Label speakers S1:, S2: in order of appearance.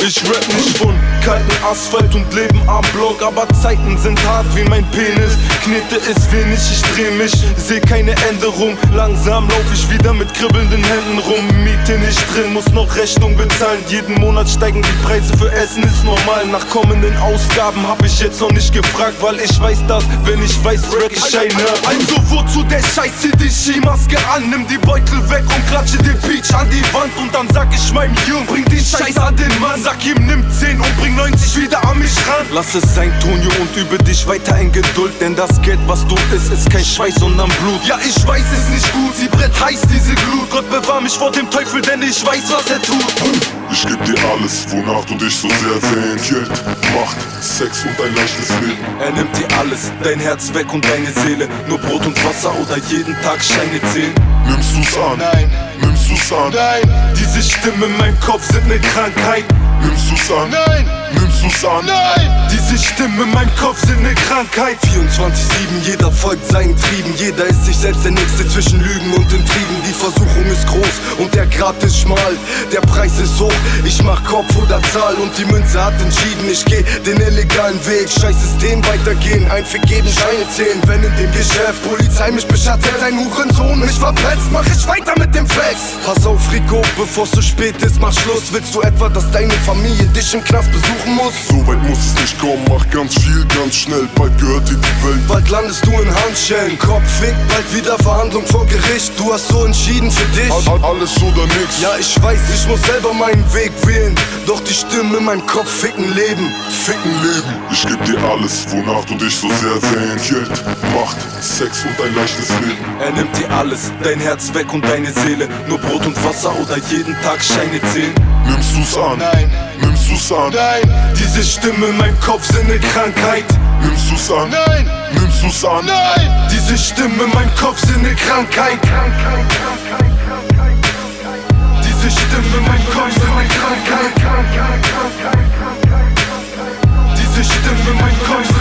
S1: Ich rapp nicht von kalten Asphalt und leben am Block, aber Zeiten sind hart wie mein Penis. Knete ist wenig, ich dreh mich, seh keine Änderung. Langsam lauf ich wieder mit kribbelnden Händen rum. Miete nicht drin, muss noch Rechnung bezahlen. Jeden Monat steigen die Preise für Essen, ist normal. Nach kommenden Ausgaben hab ich jetzt noch nicht gefragt, weil ich weiß das, wenn ich weiß, rack ich ein Nerd. Also wozu der Scheiß, zieh die Skimaske an, nimm die Beutel weg und klatsche den Peach an die Wand. Und dann sag ich meinem Jungen, bring den Scheiß an den Mann, sag ihm, nimm 10 und bring 90 wieder an mich ran. Lass es sein, Tonio, und übe dich weiter in Geduld, denn das Geld, was du isst, ist kein Schweiß, sondern Blut. Ja, ich weiß es nicht gut, sie brennt heiß, diese Glut. Gott bewahr mich vor dem Teufel, denn ich weiß, was er tut.
S2: Ich geb dir alles, wonach du dich so sehr sehnst. Geld, Macht, Sex und ein leichtes Leben.
S1: Er nimmt dir alles, dein Herz weg und deine Seele. Nur Brot und Wasser oder jeden Tag Scheine zählen.
S2: Nimmst du's an?
S1: Nein.
S2: Nimmst du's an?
S1: Nein, diese Stimmen in meinem Kopf sind eine Krankheit.
S2: Nimmst du's an?
S1: Nein.
S2: Nimmst du's an?
S1: Nein, diese Stimmen in meinem Kopf sind eine Krankheit. 24-7, jeder folgt seinen Trieben. Jeder ist sich selbst der Nächste zwischen Lügen und Intrigen. Die Versuchung ist groß und der Grat ist schmal. Der Preis ist hoch, ich mach Kopf oder Zahl. Und die Münze hat entschieden, ich geh den illegalen Weg. Scheiß System weitergehen, ein für jeden Scheine zählen. Wenn in dem Geschäft Polizei mich beschattet, ein Hurensohn mich verpetzt, mach ich weiter mit dem Flex. Pass auf, Rico, bevor es zu spät ist, mach Schluss. Willst du etwa, dass deine Familie dich im Knast besuchen muss?
S2: So weit muss es nicht kommen, mach ganz viel, ganz schnell. Bald gehört dir die Welt.
S1: Bald landest du in Handschellen, Kopf fickt, bald wieder Verhandlung vor Gericht. Du hast so entschieden für dich.
S2: Al- al- Alles oder nix.
S1: Ja, ich weiß, ich muss selber meinen Weg wählen. Doch die Stimme in meinem Kopf ficken Leben. Ficken Leben.
S2: Ich geb dir alles, wonach du dich so sehr sehnst. Geld, Macht, Sex und ein leichtes Leben.
S1: Er nimmt dir alles, dein Herz weg und deine Seele. Nur Brot und Wasser oder jeden Tag Scheine zählen.
S2: Nimmst du's an?
S1: Nein.
S2: Nimmst du's an?
S1: Nein, diese Stimme in meinem Kopf sind eine Krankheit.
S2: Nimmst du's an?
S1: Nein.
S2: Nimmst du's an?
S1: Nein, diese Stimme in meinem Kopf sind eine Krankheit. Diese Stimme in meinem Kopf sind eine Krankheit. Diese Stimme in meinem Kopf sind